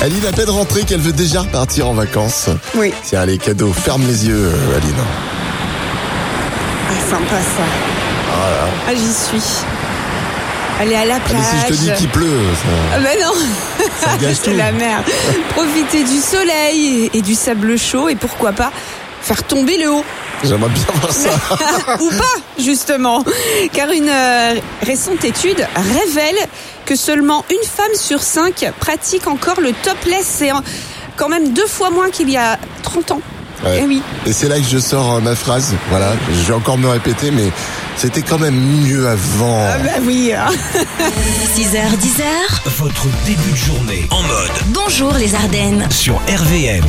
Aline à peine rentrée qu'elle veut déjà partir en vacances. Oui, Tiens, allez, cadeau, ferme les yeux, euh, Aline. ah, sympa ça. Ah, j'y suis. Aller à la Ah, plage. mais si je te dis qu'il pleut, ça, Ah, bah non, ça gâche tout. c'est la mer. Profiter du soleil et et du sable chaud et pourquoi pas faire tomber le haut. J'aimerais bien voir ça. Ou pas, justement. Car une euh, récente étude révèle que seulement une femme sur cinq pratique encore le topless. C'est euh, quand même deux fois moins qu'il y a 30 ans. Ouais. Eh oui. Et c'est là que je sors euh, ma phrase. Voilà, je vais encore me répéter, mais c'était quand même mieux avant. Ah bah oui. hein. 6h, 10h, Votre début de journée en mode bonjour les Ardennes. sur RVM.